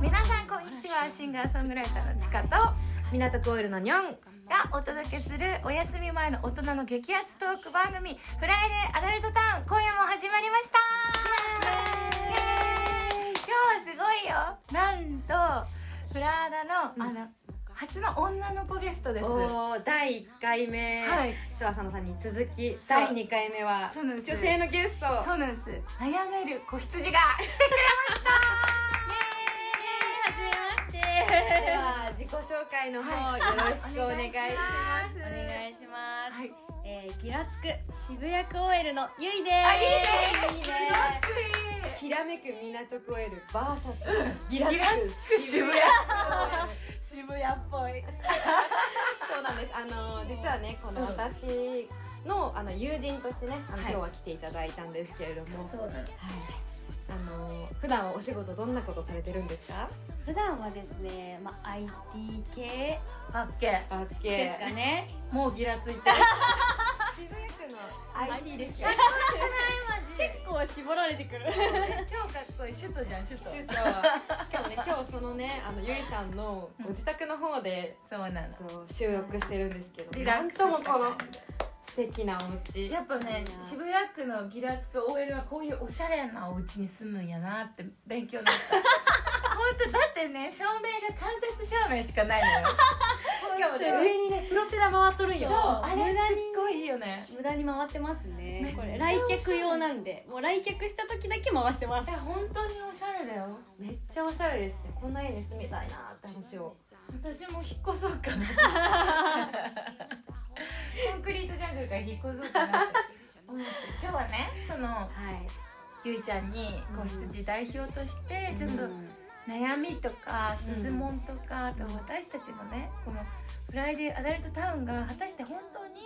皆さんこんにちはシンガーソングライターのちかと港区オイルのにょんがお届けするお休み前の大人の激アツトーク番組「フライデーアダルトタウン」今夜も始まりましたイエーイ今日はすごいよなんとフラーダの,、あの初の女の子ゲストですおー第1回目はい諏訪野さんに続きそう第2回目はそうなんです女性のゲストそうなんです悩める子羊が来てくれましたはじめでまして。は自己紹介の方はよろしくお願いしますお願いします。はいえー、ギラつく渋谷区 OL のゆいです。あいいねいいねいいねきらめく港区オイル VS ギラギラつく渋谷谷渋谷っぽいそうなんです。あの実はねこのうん私のあの友人としてね、あのは今い日は来ていただいたんですけれども、そうなんですあの普段はお仕事どんなことされてるんですか？普段はですね、まあ IT 系かっけあっですかね。もうギラついてる渋谷区の IT ですよ。結構絞られてくる。超かっこいいシュットじゃんシュットシュート。しかもね今日そのねあのゆいさんのご自宅の方で。そうなのそう収録してるんですけど、リラックスしたなんともこの素敵なお家。やっぱね渋谷区のギラつく OL はこういうおしゃれなお家に住むんやなって勉強になった 本当だってね照明が間接照明しかないのよしかもね上にねプロペラ回っとるんよ。そうあれすっごいいいよね無駄に回ってますめっねち。ゃこれ来客用なんで、もう来客した時だけ回してまいす。や本当におしゃれだよめっちゃおしゃれですね。こんな家に住みたいなって話を。私も引っ越そうかなコンクリートジャングルから引っ越そうかなって 思って今日はねそのはい。ゆいちゃんに子羊代表としてちょっと、うん悩みとか質問とか、あと私たちのねこの「フライデーアダルトタウン」が果たして本当に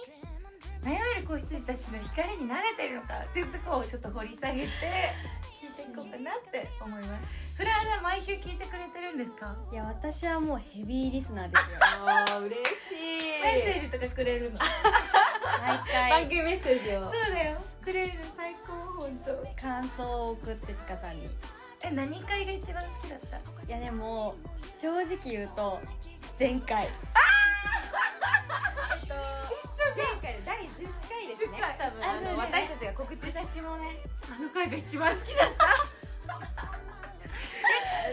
悩める子羊たちの光に慣れてるのかっていうところをちょっと掘り下げて聞いていこうかなって思いますフラーダ毎週聞いてくれてるんですかいや私はもうヘビーリスナーです よ。あー嬉メッセーしい。ジとかくれるの毎番回組メッセージをそう。だよくれるの最高本当感想を送ってちかさんに。え何回が一番好きだったいやでも正直言うと前回えっと前回第10回ですね10回多分ああそうのだね私たちが告知したしもねあの回が一番好きだった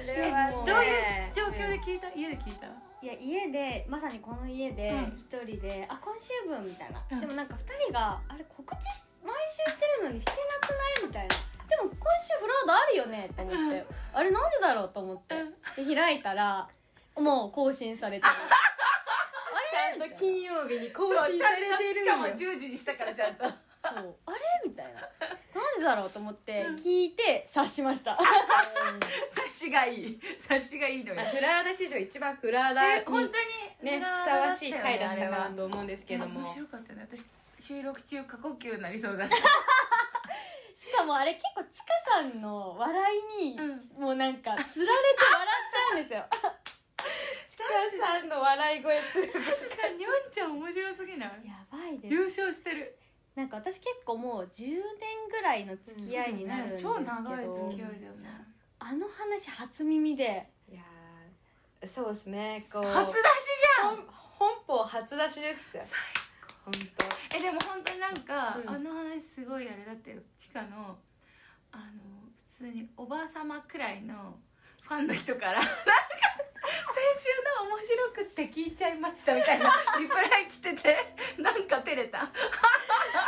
どうれはねどういう状況で聞いた家で聞いたいや家でまさにこの家でうん一人で、あ今週分みたいな、うんでもなんか2人があれ告知し毎週してるのにしてなくないみたいなでも今週フラードあるよねって思って、あれなんでだろうと思って、で開いたらもう更新され てるあちれゃんとみたいな金曜日に更新されてるんしよかも10時にしたからちゃん とそうあれみたいななんでだろうと思って聞いて察しま した察しがいい察しがいいのよあフラーダ史上一番フラーダでに本当にねふさわしい回だったかなと思うんですけども面白かったね私収録中過呼吸になりそうだったしかもあれ結構ちかさんの笑いに、うもうなんかつられて笑っちゃうんですよちかさんの笑い声すごいさにょんちゃん面白すぎない やばいです優勝してるなんか私結構もう10年ぐらいの付き合いになるんですけど、超長い付き合いだよねあの話初耳でいやーそうですねこう初出しじゃん本本邦初出しですって最本えでも本当になんか、うんあの話すごいあれだったよちかのあの普通におばあ様くらいのファンの人からなんか先週の面白くって聞いちゃいましたみたいなリプライ来て てなんか照れた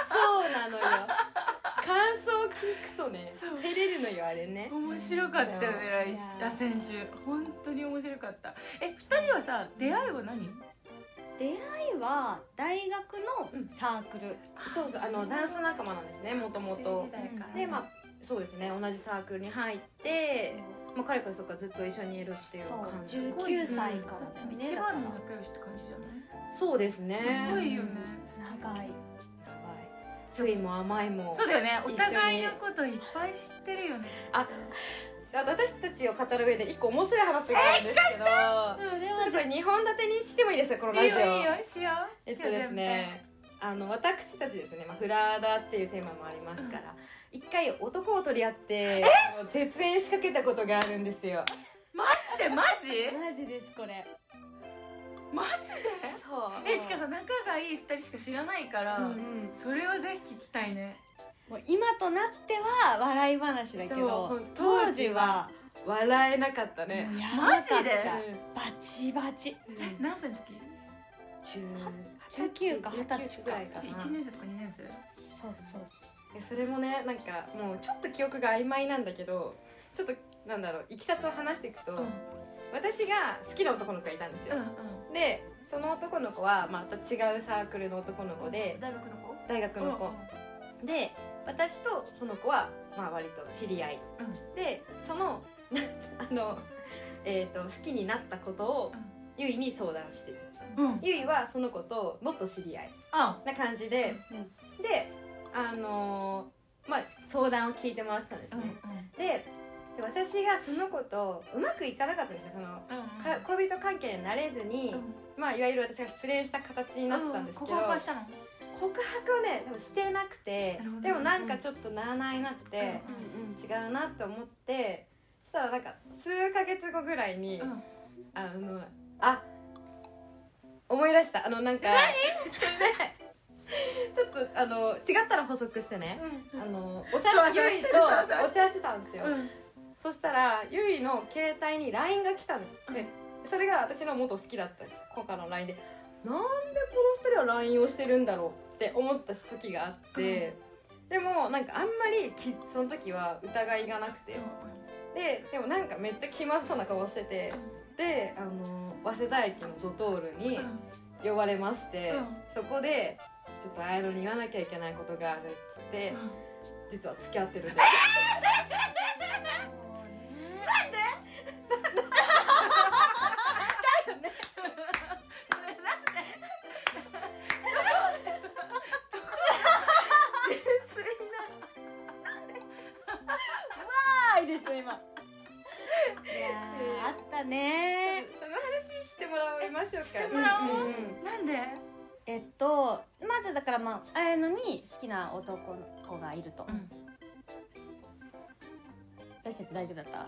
当そうなのよ感想を聞くとねそう照れるのよあれね面白かったよねうん来い週やーあ先週本当に面白かったえ二人はさ出会いは何出会いは大学のサークル、そうそうあのダンス仲間なんですねもともと学生時代からでまあそうですね同じサークルに入って、まあ、彼からそっかずっと一緒にいるっていうそう感じすそうごい19歳かだらだってよね一番の仲良しって感じじゃなですねいすごいよね長やいばい酸いも甘いもそうだよねお一緒に互いのこといっぱい知ってるよねあ私たちを語る上で一個面白い話があるんですけど、それちょっとこれ2本立てにしてもいいですよこのラいいジオよいいよしようえっとですねあの私たちですね、まあ、フラーダっていうテーマもありますから一回男を取り合ってもう絶縁しかけたことがあるんですよマってマジマジですこれマジでそうえちかさん仲がいい2人しか知らないから、うんうんそれはぜひ聞きたいねもう今となっては笑い話だけそどう当時は笑えなかったねもうやばかマっジたでバチバチうん何歳の時中19か20歳ぐぐららいいかかな1年生とか2年生そうそういやそれもねなんかもうちょっと記憶が曖昧なんだけどちょっとなんだろういきさつを話していくと、うん私が好きな男の子がいたんですようん、でその男の子はまた違うサークルの男のう子んで大学の子大学の子、で私とその子はまあ割と知り合い、うんでその あの、えー、と好きになったことをうんゆいに相談してるうんうんゆいはその子ともっと知り合いあな感じで、であのーまあ相談を聞いてもらってたんですうんうんね、でで私がその子とうまくいかなかったんですよそのうんか恋人関係になれずに、まあいわゆる私が失恋した形になってたんですけど、告白はしたの告白をね多分してなくてなるほどでもなんかちょっとならないなって、違うなって思ってそしたらなんか数ヶ月後ぐらいに、うんあのあ思い出したあのなんかそれ でちょっとあの違ったら補足してね、うあのお茶そうそうゆいとそうそうそうお茶してたんですよ、んうんそしたらゆいの携帯に LINE が来たんですでそれが私の元好きだった子からの LINE でなんでこの2人は LINE をしてるんだろうって思った時があって、でもなんかあんまりきその時は疑いがなくてででもなんかめっちゃ気まずそうな顔しててであの早稲田駅のドトールにうん呼ばれまして、うんそこでちょっと綾野に言わなきゃいけないことがあるっつって、実は付き合ってるんだいですよ今いやーあったねその話してもらいましょうかしてもらおうんんなんでえっとまずだからまあ綾野に好きな男の子がいると出してて大丈夫だった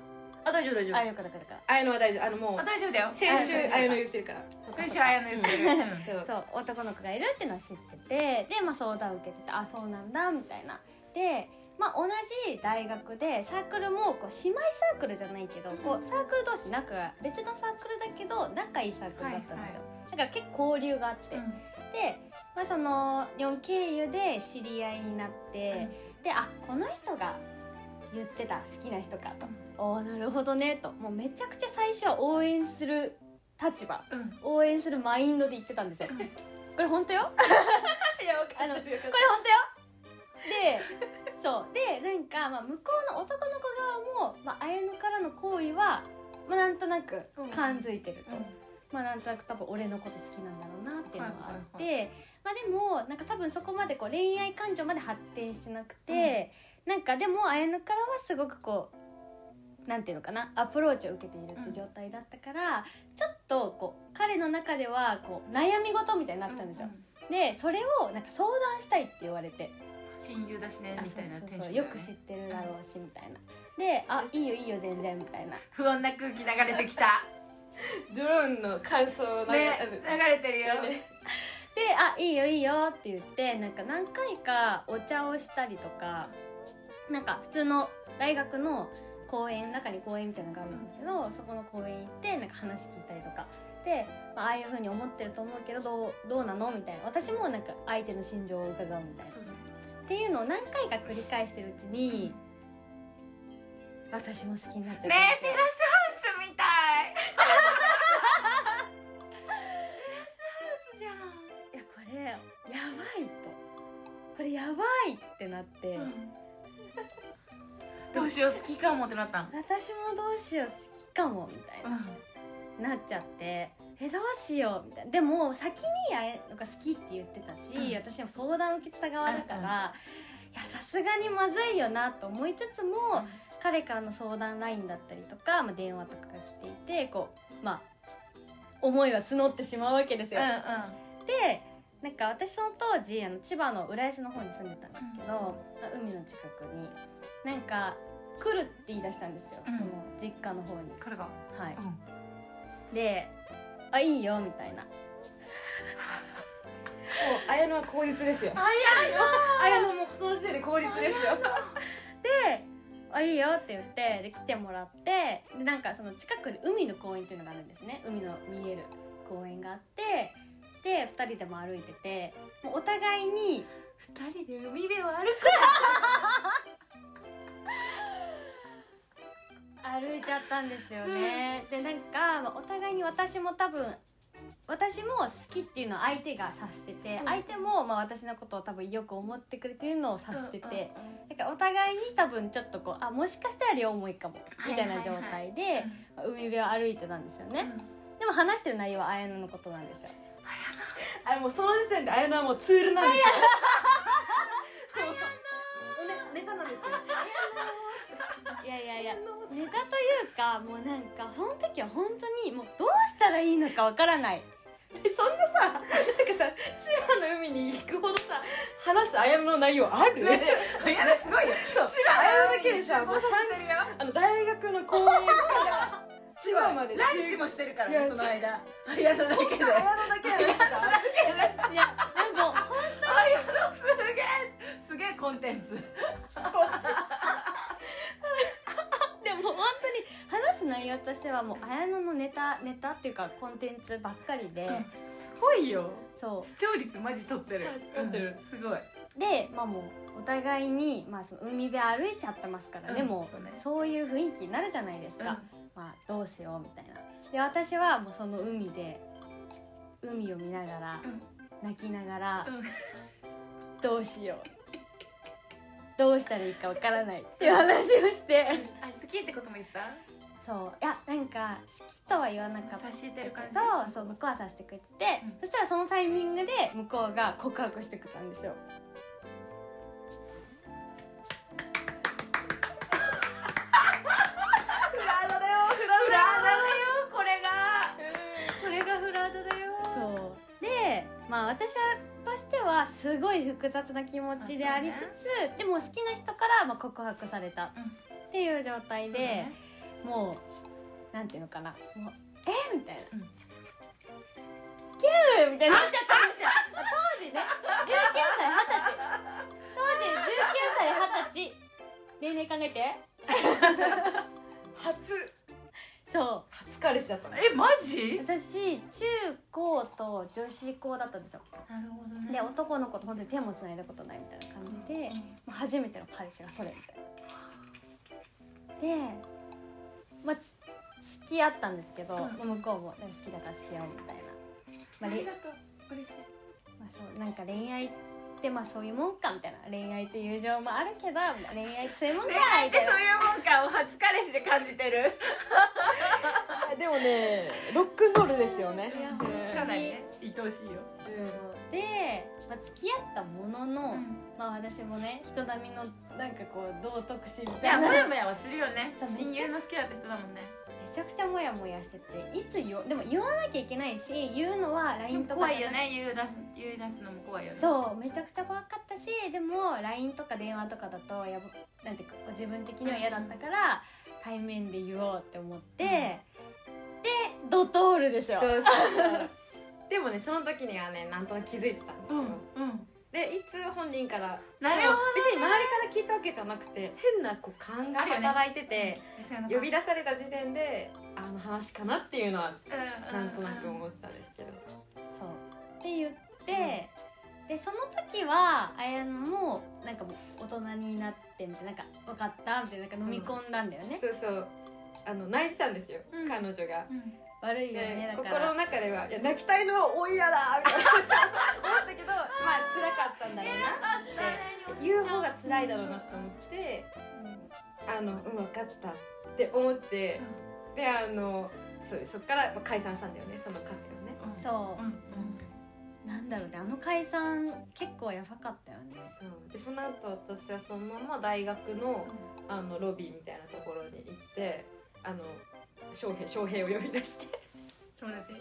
あ大丈夫大丈あよかったよかったよかっあやのは大丈夫あのもあう大丈夫だよ先週ああやの言ってるからた先週あやの言ってるうんそうそう男の子がいるっていうのは知っててで、まあ、相談を受けててあそうなんだみたいなで、まあ、同じ大学でサークルもこう姉妹サークルじゃないけど、うんこうサークル同士仲が別のサークルだけど仲いいサークルだったんですよ、だから結構交流があって、うんで、まあ、その4経由で知り合いになって、であこの人が言ってた好きな人かと、おーなるほどねともうめちゃくちゃ最初は応援する立場うん応援するマインドで言ってたんですよこれ本当よいや分かってるよかこれ本当よでそうでなんか、まあ、向こうの男の子側も、まあ、綾乃からの行為は、まあ、なんとなくうん感づいてると、うんまあなんとなく多分俺のこと好きなんだろうなっていうのがあって、はいまあでもなんか多分そこまでこう恋愛感情まで発展してなくて、なんかでも綾乃からはすごくこうなんていうのかなアプローチを受けているっていう状態だったから、ちょっとこう彼の中ではこう悩み事みたいになってたんですよ、ううでそれをなんか相談したいって言われて親友だしねあみたいなそうテそンうションだそうよねく知ってるだろうしみたいなで「あいいよいいよ全然」みたいな不穏な空気流れてきたドローンの感想なんねか流れてるよで「あいいよいいよ」って言ってなんか何回かお茶をしたりとかなんか普通の大学の公園中に公園みたいなのがあるんですけどそこの公園行ってなんか話聞いたりとかで、まあああいうふうに思ってると思うけどどうどうなのみたいな私もなんか相手の心情を伺うみたいなそうねっていうのを何回か繰り返してるうちに私も好きになっちゃったんですよねえテラスハウスみたいテラスハウスじゃんいやこれやばいとこれやばいってなって。どうしよう好きかもってなったん私もどうしよう好きかもみたいな、なっちゃってえどうしようみたいなでも先にあえのが好きって言ってたし、うん私も相談を受けてた側だかうら、んうんいやさすがにまずいよなと思いつつも、彼からの相談ラインだったりとか、まあ、電話とかが来ていてこうまあ思いは募ってしまうわけですよ、うでなんか私その当時あの千葉の浦安の方に住んでたんですけど、海の近くになんか来るって言い出したんですよ、うんその実家の方に彼がはい、うんで「あいいよ」みたいな綾乃は口実ですよあいやよ綾乃もその時点で口実ですよで「あいいよ」って言ってで来てもらってでなんかその近くに海の公園っていうのがあるんですね海の見える公園があってで2人でも歩いててもうお互いに二人で海辺を歩歩いちゃったんですよね、でなんかまあお互いに私も多分私も好きっていうのを相手が察してて、うん相手もまあ私のことを多分よく思ってくれてるのをく察してて、だからお互いに多分ちょっとこうあもしかしたら両思いかもみたいな状態で、海辺を歩いてたんですよね、でも話してる内容は綾乃のことなんですよあもうその時点で綾乃はもうツールなんですよね、ネタなんですよいやいやいやネタというかもうなんかその時は本当にもうどうしたらいいのかわからないえそんなさなんかさ千葉の海に行くほどさ話す綾乃の内容ある、いやだすごいよそう千葉綾乃だけでさもうもさしてるよあの大学の公園から千葉までランチもしてるからいねやその間あやだだけで綾乃だけやったいやでも本あやだすげえすげえコンテンツでも本当に話す内容としてはもう綾乃のネタネタっていうかコンテンツばっかりで、すごいよそ視聴率マジ取ってる取ってるうんすごいうでまあもうお互いに、まあ、その海辺歩いちゃってますからね、うんもうそうねそういう雰囲気になるじゃないですか、まあどうしようみたいなで私はもうその海で海を見ながら、うん泣きながら、うんどうしようどうしたらいいかわからないっていう話をしてあ好きってことも言ったそういやなんか好きとは言わなかっ差たし入れてける感じどそう向こうはさしてくれてて、うんそしたらそのタイミングで向こうが告白してくれたんですよフラードだよフラフラーだーだよこれがこれがフラードだよそうでまあ私はとしてはすごい複雑な気持ちでありつつ、でも好きな人からまあ告白されたうんっていう状態そうで、だねもうなんていうのかなもうえみたいうな、ん好きやーみたいになっちゃったんですよまあ当時ね19歳二十歳当時19歳二十歳年齢かねて初そう初彼氏だったのえマジ私中高と女子高だったんですよなるほどで男の子と本当に手もつないだことないみたいな感じで、もう初めての彼氏がそれみたいなで、まあ、つ付き合ったんですけど、う向こうもなんか好きだから付き合おうみたいな、まああれりがとう嬉しいまあ、そうなんか恋愛ってまあそういうもんかみたいな恋愛って友情もあるけどみたいな恋愛ってそういうもんか恋愛っみてたいなそういうもんかを初彼氏で感じてるあでもねロックンロールですよねいやねかなりね愛おしいよそうで、まあ、付き合ったものの、うんまあ私もね人並みのなんかこう道徳心みいたやいなもやもやはするよねそう親友の好きだった人だもんねめちゃくちゃモヤモヤしてていつ言おうでも言わなきゃいけないし言うのはでも LINE とか怖じゃないいよね言い出す言い出すのも怖いよねそうめちゃくちゃ怖かったしでも LINE とか電話とかだとやばなんていうか自分的には嫌だったから対面で言おうって思って、うんでドトールですよそうそうそうでもねその時にはねなんとなく気づいてたんですうんよ、うんでいつ本人からなるほど別に周りから聞いたわけじゃなくて変なこう勘が働いてて、呼び出出された時点であの話かなっていうのはなんとなく思思ってたんですけど、そうって言って、でその時は綾乃もなんかもう大人になってみたいななんか分かったみたいななんか飲み込んだんだよねそうそうあの泣いてたんですよ、うん彼女が。悪いよねでだか心のら中ではいや泣きたいのはおいらだみたいな思ったけどまあ辛かったんだろうなって言う方が辛いだろうなと思ってあのうん分かったって思ってであのそうそっからまあ解散したんだよねそのカフェをねそううんなんだろうねあの解散結構やばかったよねそうでその後私はそのまま大学のあのロビーみたいなところに行ってあの翔平翔平を呼び出して 友達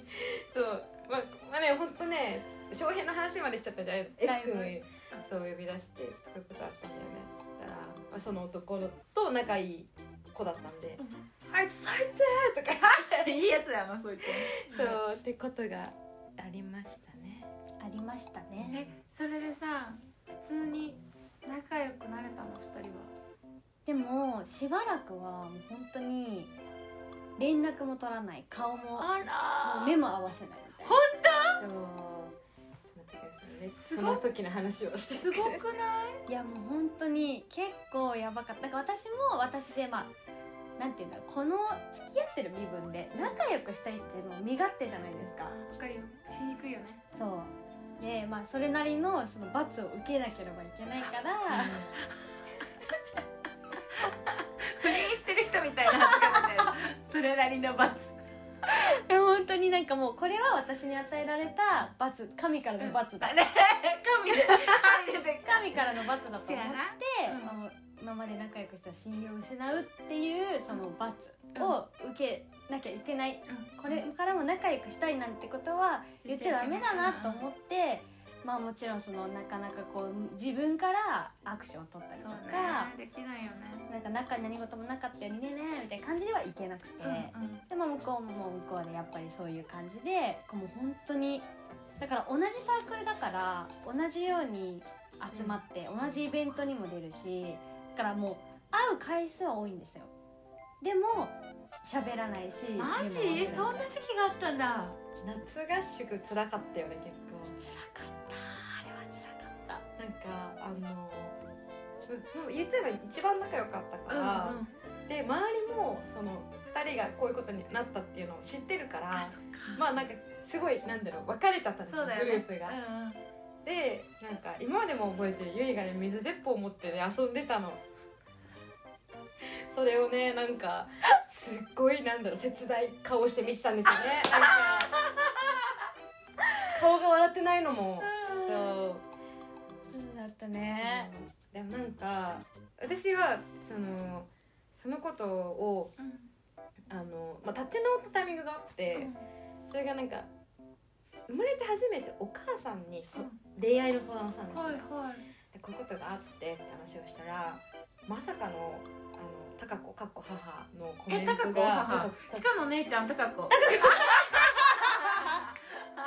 そうまあまあね本当ね翔平の話までしちゃったじゃんだい S ぶ君そう呼び出して「ちょっとこういうことあったんだよね」っつったら「まあその男のと仲いい子だったんで「あいつ最低!」とか いいやつだよなそういってそうってことがありましたねありましたねえそれでさ普通に仲良くなれたの二人はでもしばらくはもう本当に連絡も取らない顔ももあう目も合わせないみたいなそうちょっと待ってくださいねすそごいの時の話をしてすごくないいやもう本当に結構やばかっただから私も私でまあなんていうんだろうこの付き合ってる身分で仲良くしたいっていうのを身勝手じゃないですかわかるよしにくいよねそうでまあそれなりのその罰を受けなければいけない から不倫してる人みたいな扱いだよそれなりの罰でも本当になんかもうこれは私に与えられた罰神からの罰だね神で神出てきた神からの罰だとせ思っやてなうんまあ今まで仲良くした信用を失うっていうその罰を受けなきゃいけないこれからも仲良くしたいなんてことは言っちゃダメだなと思ってまあもちろんそのなかなかこう自分からアクションを取ったりとそうかね。できないよねなんか中に何事もなかったよねねねみたいな感じではいけなくて、うんうんでも向こうも向こうでやっぱりそういう感じでこうもう本当にだから同じサークルだから同じように集まって同じイベントにも出るしだからもう会う回数は多いんですよでも喋らないマし目も合わせジないそんな時期があったんだ夏合宿つらかったよね結構。辛かったあれは辛かったなんかあのうんうん言っちゃえば一番仲良かったから、うんうんで周りもその2人がこういうことになったっていうのを知ってるかあらそっかまあなんかすごいなんだろう別れちゃったんですそようだよグねループが。うんうんでなんか今までも覚えてるゆいがね水鉄砲を持ってね遊んでたの。それをねなんかすっごいなんだろう切ない顔して見てたんですよね。なんか顔が笑ってないのもそう。そうだったねでもなんか私はそのそのことをうんあの、まあ、立ち直ったタイミングがあってそれがなんか生まれて初めてお母さんにそ、恋愛の相談をしたんですよ、はいはいでこういうことがあってって話をしたらまさかのあの貴子かっこ母のコメンえ高ト子が母貴ちかの姉ちゃん高子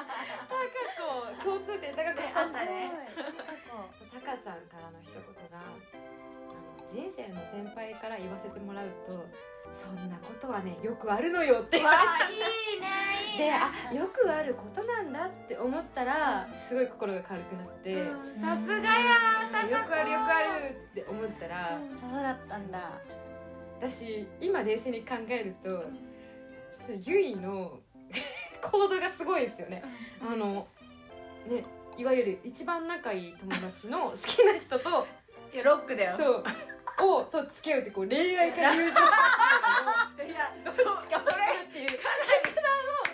子共通点貴子ねあったねタカちゃんからの一言があの「人生の先輩から言わせてもらうとそんなことはねよくあるのよ」って言われあいいねいいてねあよくあることなんだって思ったらすごい心が軽くなって「ようんさすがや高くあ子るよくある」って思ったらうん そうだったんだ私今冷静に考えるとそのゆいの 行動がすごいですよね。あのねいわゆる一番仲いい友達の好きな人といやロックだよそう。 をと付き合うってこう恋愛か友 情かいやそうっていうのをししかかももそそれれっていうす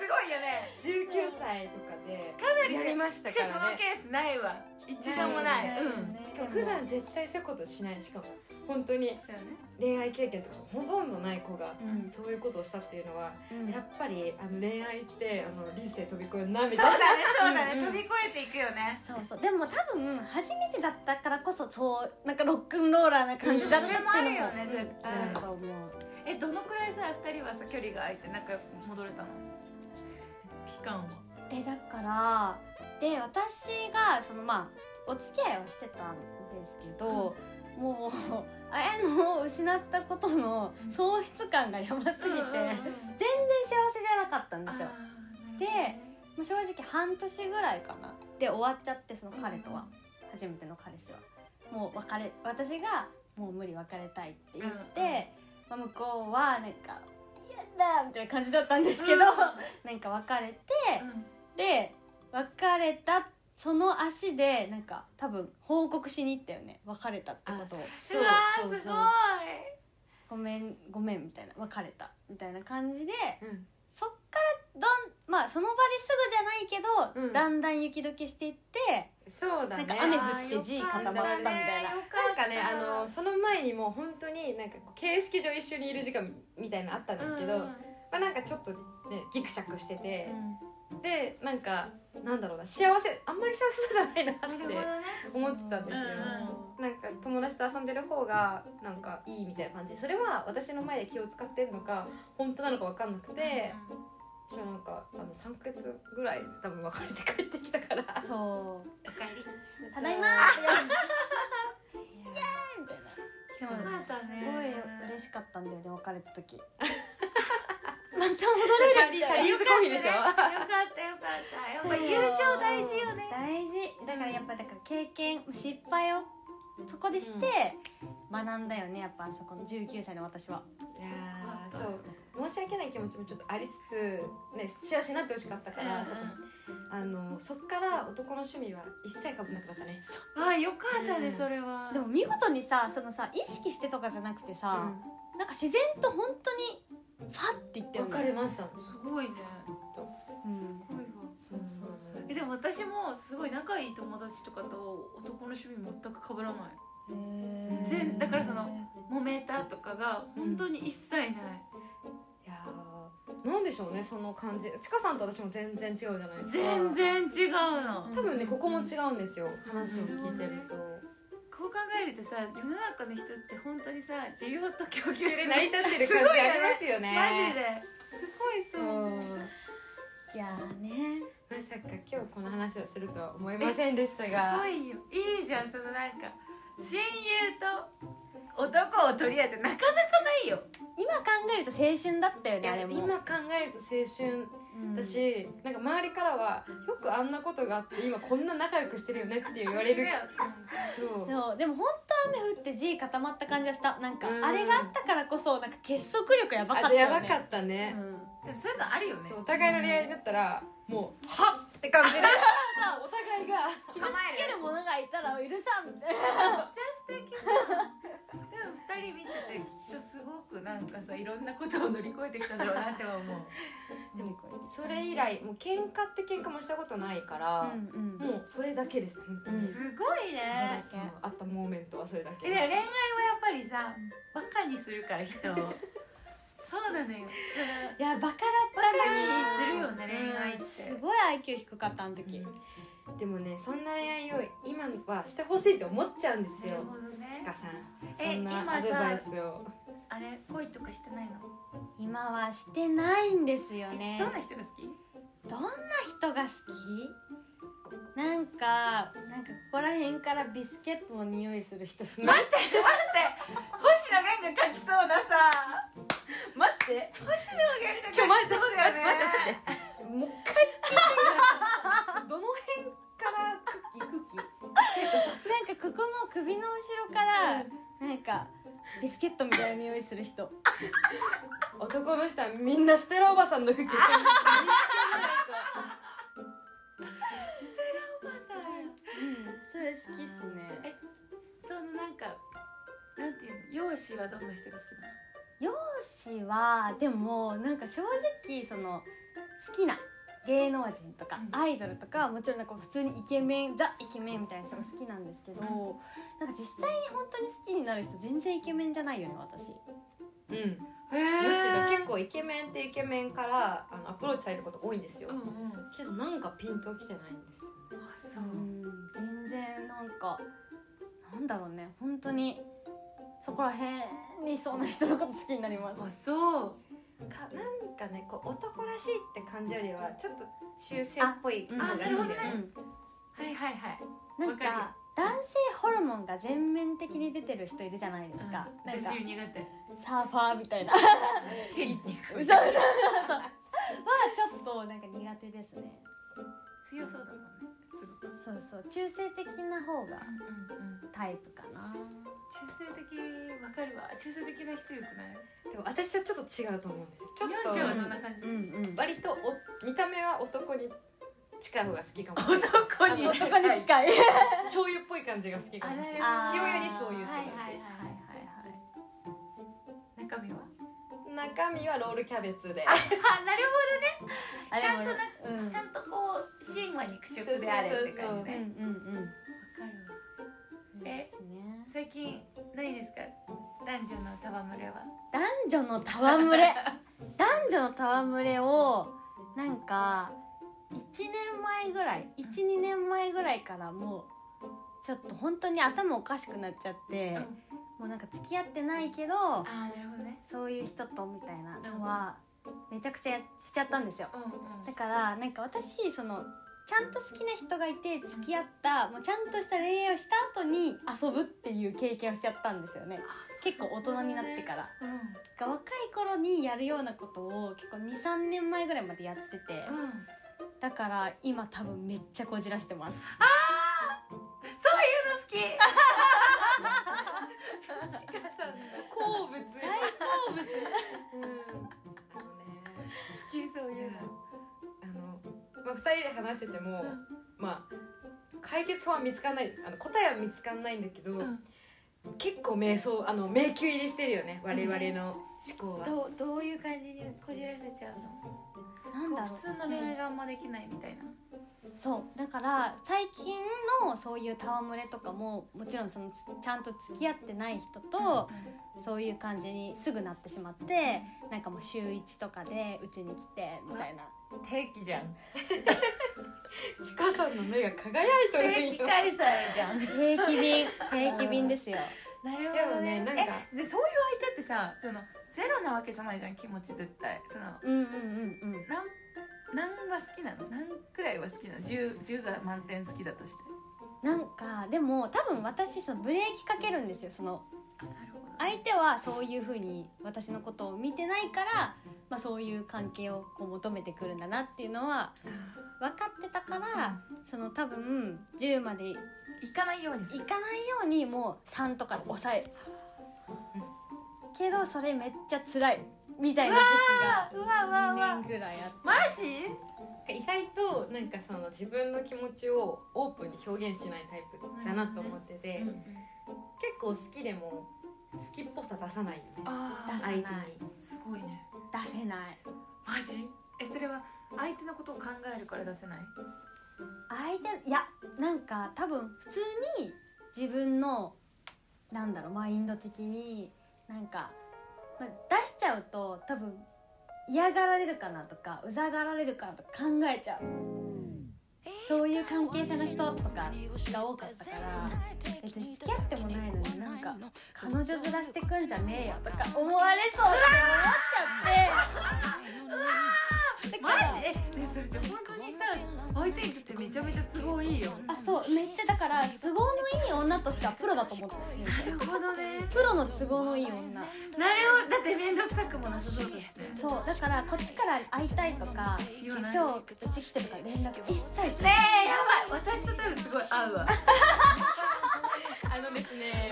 ごいよね19歳とかでかなりやりましたしかからもそのねケースないわ一度もないねうんしかも普段絶対そういうことしないしかも本当にそうよね恋愛経験とかほぼもない子がうんそういうことをしたっていうのはうんやっぱりあの恋愛ってあの理性飛び越えるなみそうたいなだねそうだねうん飛び越えていくよねそうそうでも多分初めてだったからこそそうなんかロックンローラーな感じだったっていうのも、うんそれもあるよね絶対うんあると思うえどのくらいさ二人はさ距離が空いて仲良く戻れたの期間はえだからで私がそのまあお付き合いをしてたんですけど、もうあやのを失ったことの喪失感がやばすぎて、全然幸せじゃなかったんですよでもう正直半年ぐらいかなで終わっちゃってその彼とは、初めての彼氏はもう別れ私がもう無理別れたいって言って、まあ、向こうはなんか「やだ!」みたいな感じだったんですけうど、ん なんか別れて、で別れたその足でなんか多分報告しに行ったよね別れたってことをうわーそうすそごういごめんごめんみたいな別れたみたいな感じでうんそっからどんまあその場ですぐじゃないけど、うんだんだん雪解けしていってそうだねなんか雨降あーって字よかっ固まったみたいなよかったなんかねあのその前にも本当になんかこう形式上一緒にいる時間みたいなのあったんですけど、うんまあ、なんかちょっとねギクシャクしてて、うんでなんかなんだろうな幸せあんまり幸せそうじゃないななるほっどてね思ってたんですよ、うんうんうなんか友達と遊んでる方がなんかいいみたいな感じそれは私の前で気を使ってるのか本当なのか分かんなくて私もなんかあの3ヶ月ぐらい多分別れて帰ってきたからそうおかえりただい まーよみたいなそうかでっすたすねごい嬉しかったんだよね別れた時 また戻れる旅旅よユかーったズねコーヒーでしょよかったよかったやっぱ友情大事よね大事だからやっぱだから経験失敗をそこでして学んだよねやっぱあそこの19歳の私はいやーそう申し訳ない気持ちもちょっとありつつ、ね、幸せになってほしかったから、そこあのそっから男の趣味は一切かぶんなくなったねああよかったねそれはでも見事にさそのさ意識してとかじゃなくてさ、なんか自然と本当にファっていったうよん、ね別れましたすごいねうんすごいわそうそうそうえでも私もすごい仲いい友達とかと男の趣味全く被らないへー全だからその揉めたとかが本当に一切ない、いやーなんでしょうねその感じちかさんと私も全然違うじゃないですか全然違うの多分ねここも違うんですよ話を聞いてるとこう考えるとさ世の中の人って本当にさ需要と供給急すにる成り立ってるすご感いじあよりねますよねマジですごいそう、いやーねうんまさか今日この話をするとは思いませんでしすたがごいよいいじゃんそのなんか親友と男を取り合うってなかなかないよ今考えると青春だったよいねあやれも今考えると青春うんだし、なんか周りからはよくあんなことがあって今こんな仲良くしてるよねって言われるそうそうでも本当雨降って G 固まった感じはしたなんかうんあれがあったからこそなんか結束力やばかったあよねれやばかったね、でもそういうのあるよねそうお互いの恋愛だったら、もうはっって感じでもうお互いが傷つうん、つけるものがいたら許さんみたいめなっちゃ素敵でも二人見ててきっとすごくなんかさいろんなことを乗り越えてきたんだろうなっては思うでも それ以来もう喧嘩って喧嘩もしたことないかうら、んもうそれだけです本当に、うんそうすごいねそうあったモーメントはそれだけえでも恋愛はやっぱりさバカにするから人をそうなのよいやバカだっバカにするよね恋愛ったすてごい IQ 低かったあの時、うんでもねそんな恋愛を今はしてほしいと思っちゃうんですよどねちかさんえそん今さなアドバイスをあれ恋とかしてないの今はしてないんですよねえどんな人が好きどんな人が好きなんかなんかここら辺からビスケットの匂いする人好き星野源が書きそうなさ待って星野源が書きそうだよねもう一回聞いてどの辺からクッキークッキーなんかここの首の後ろからなんかビスケットみたいな匂いする人男の人はみんなステラおばさんの服着てるおばさんそれ好きっすねそのなんかなんていうの容姿はどんな人が好きなの容姿はでもなんか正直その好きな芸能人とかうんアイドルとかはもちろんなんか普通にイケメンザイケメンみたいな人が好きなんですけどうんなんか実際に本当に好きになる人全然イケメンじゃないよね私うんへえむしろ結構イケメンってイケメンからあのアプローチされること多いんですよ、うんうんけどなんかピンときてないんですあそううん全然なんかなんだろうね本当にそこら辺にいそうな人のこと好きになりますあそうかなんかねこう男らしいって感じよりはちょっと中性っぽいうんのがいいんだよねあなるほどねはいはいはいなんわかか男性ホルモンが全面的に出てる人いるじゃないですか、うんなん私か苦手サーファーみたいな筋肉そうそうそうそうはちょっとなんか苦手ですね強そうだもんねすごくそうそう中性的な方がうんうんうんタイプかな中性的わかるわ中性的な人よくないでも私はちょっと違うと思うんですよちょっにょんちゃんはとどんな感じうんうん割とお見た目は男に近い方が好きかも男にそこに近い醤油っぽい感じが好きかもしれあなーい塩より醤油ってはい感はいじ、はい中身は中身はロールキャベツ であなるあちゃんとでもほうんちゃんとこう芯は肉食であれってそうそうそ感うじねうんうんうんわかるわえですね最近ないですか男女の戯れは男女の戯れ男女の戯れをなんか1年前ぐらい12年前ぐらいからもうちょっと本当に頭おかしくなっちゃって、うんもうなんか付き合ってないけどあーなるほどねそういう人とみたいなのはめちゃくちゃやしちゃったんですようんうんだからなんか私そのちゃんと好きな人がいて付き合ったもうちゃんとした恋愛をした後に遊ぶっていう経験をしちゃったんですよね結構大人になってからうんが若い頃にやるようなことを結構23年前ぐらいまでやっててうんだから今多分めっちゃこじらしてますそういうの好きちかさんの好物大好物うんあのね好きそういうのあの、まあ、2人で話してても、まあ解決法は見つかんないあの答えは見つかんないんだけど、うん結構迷走あの迷宮入りしてるよね我々の思考は、どうどういう感じにこじらせちゃうのなんだろうこう普通の恋愛があんまできないみたいなそうだから最近のそういう戯れとかももちろんそのつちゃんと付き合ってない人と、そういう感じにすぐなってしまってなんかもう週1とかでうちに来てみたい な定期じゃ んちかさんの目が輝いとる定ん期よ開催じゃん定期便定期便ですよなるほどねでもねなんかえでそういう相手ってさそのゼロなわけじゃないじゃん気持ち絶対そのうんうんうんうん何何は好きなの何くらいは好きなの 10, 10が満点好きだとしてなんかでも多分私そのブレーキかけるんですよそのあなるほど相手はそういうふうに私のことを見てないから、まあ、そういう関係をこう求めてくるんだなっていうのは分かってたから、その多分10までい行かないようにすかないよるうにもう3とかで抑えうけどそれめっちゃ辛いみたいな時うわう期がわう2わ年ぐらいあってマジ意外となんかその自分の気持ちをオープンに表現しないタイプだなと思ってて、うん結構好きでも好きっぽさ出さないよねあ出相さな手いにーすごいね出せないマジえそれは相手のことを考えるから出せない相手いやなんか多分普通に自分のなんだろうマインド的になんか、まあ、出しちゃうと多分嫌がられるかなとかうざがられるかなとか考えちゃうそういう関係者の人とかが多かったから別に付き合ってもないのになんか彼女ずらしてくんじゃねえよとか思われそうって思っちゃってうわーだからえねそれって本当にさ相手にとってめちゃめちゃ都合いいよあそうめっちゃだから都合のいい女としてはプロだと思ってるなるほどねプロの都合のいい女なるほどだって面倒くさくもなさそうだしねそうだからこっちから会いたいとか言わ今ない日うち来てとか連絡一切しねないえやばい私と多分すごい合うわあのです ね、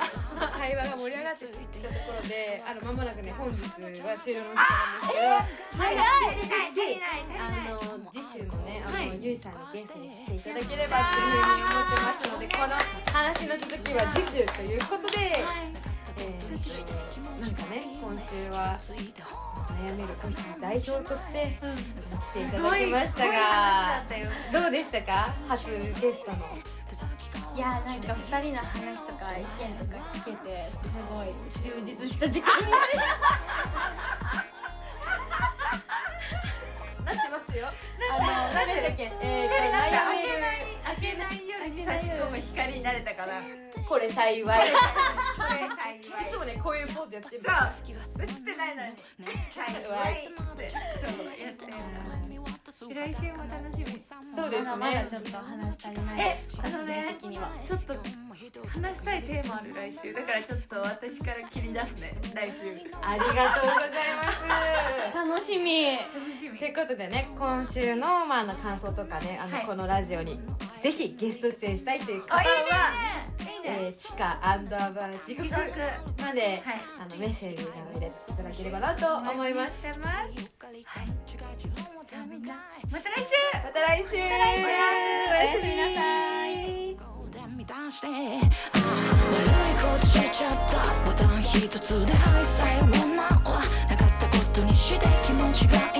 会話が盛り上がってきたところ で、あのまもなくね、本日は終了の時間早い足りない足りない足りないなんですけど、あの次週もね、あの、はいゆいさんにゲストに来ていただければっていうふうに思ってますので、この話の続きは次週ということで、えー、なんかね、今週は悩める子羊代表として来ていただきましたが、たよどうでしたか？初ゲストの。いやなんか2人の話とか意見とか聞けてすごい充実した時間になりなってますよ。あの、何でしたっけ？えーと、悩める。開けないように差し込む光になれたからここれ幸 い。いれ幸いつもね、こういうポーズやってる。そう映ってないのに 幸いってそうやって来週も楽しみそうですまだまだねちょっと話足りないえです個あ人のね的にはちょっと話したいテーマある来週だからちょっと私から切り出すね来週ありがとうございま楽しみ楽しみす。ということでね、今週のまああの感想とかね、あの、はいこのラジオにぜひゲスト出演したいという方あいいねは、いいえねー、地下アンダーバー地獄地獄まで、はいあのメッセージを入れていただければなと思います。お待ちしてますはいじゃあみんなまた来週また来週。おやすみなさい。乱して悪いことしちゃったボタン一つで愛さえもなはなかったことにして気持ちが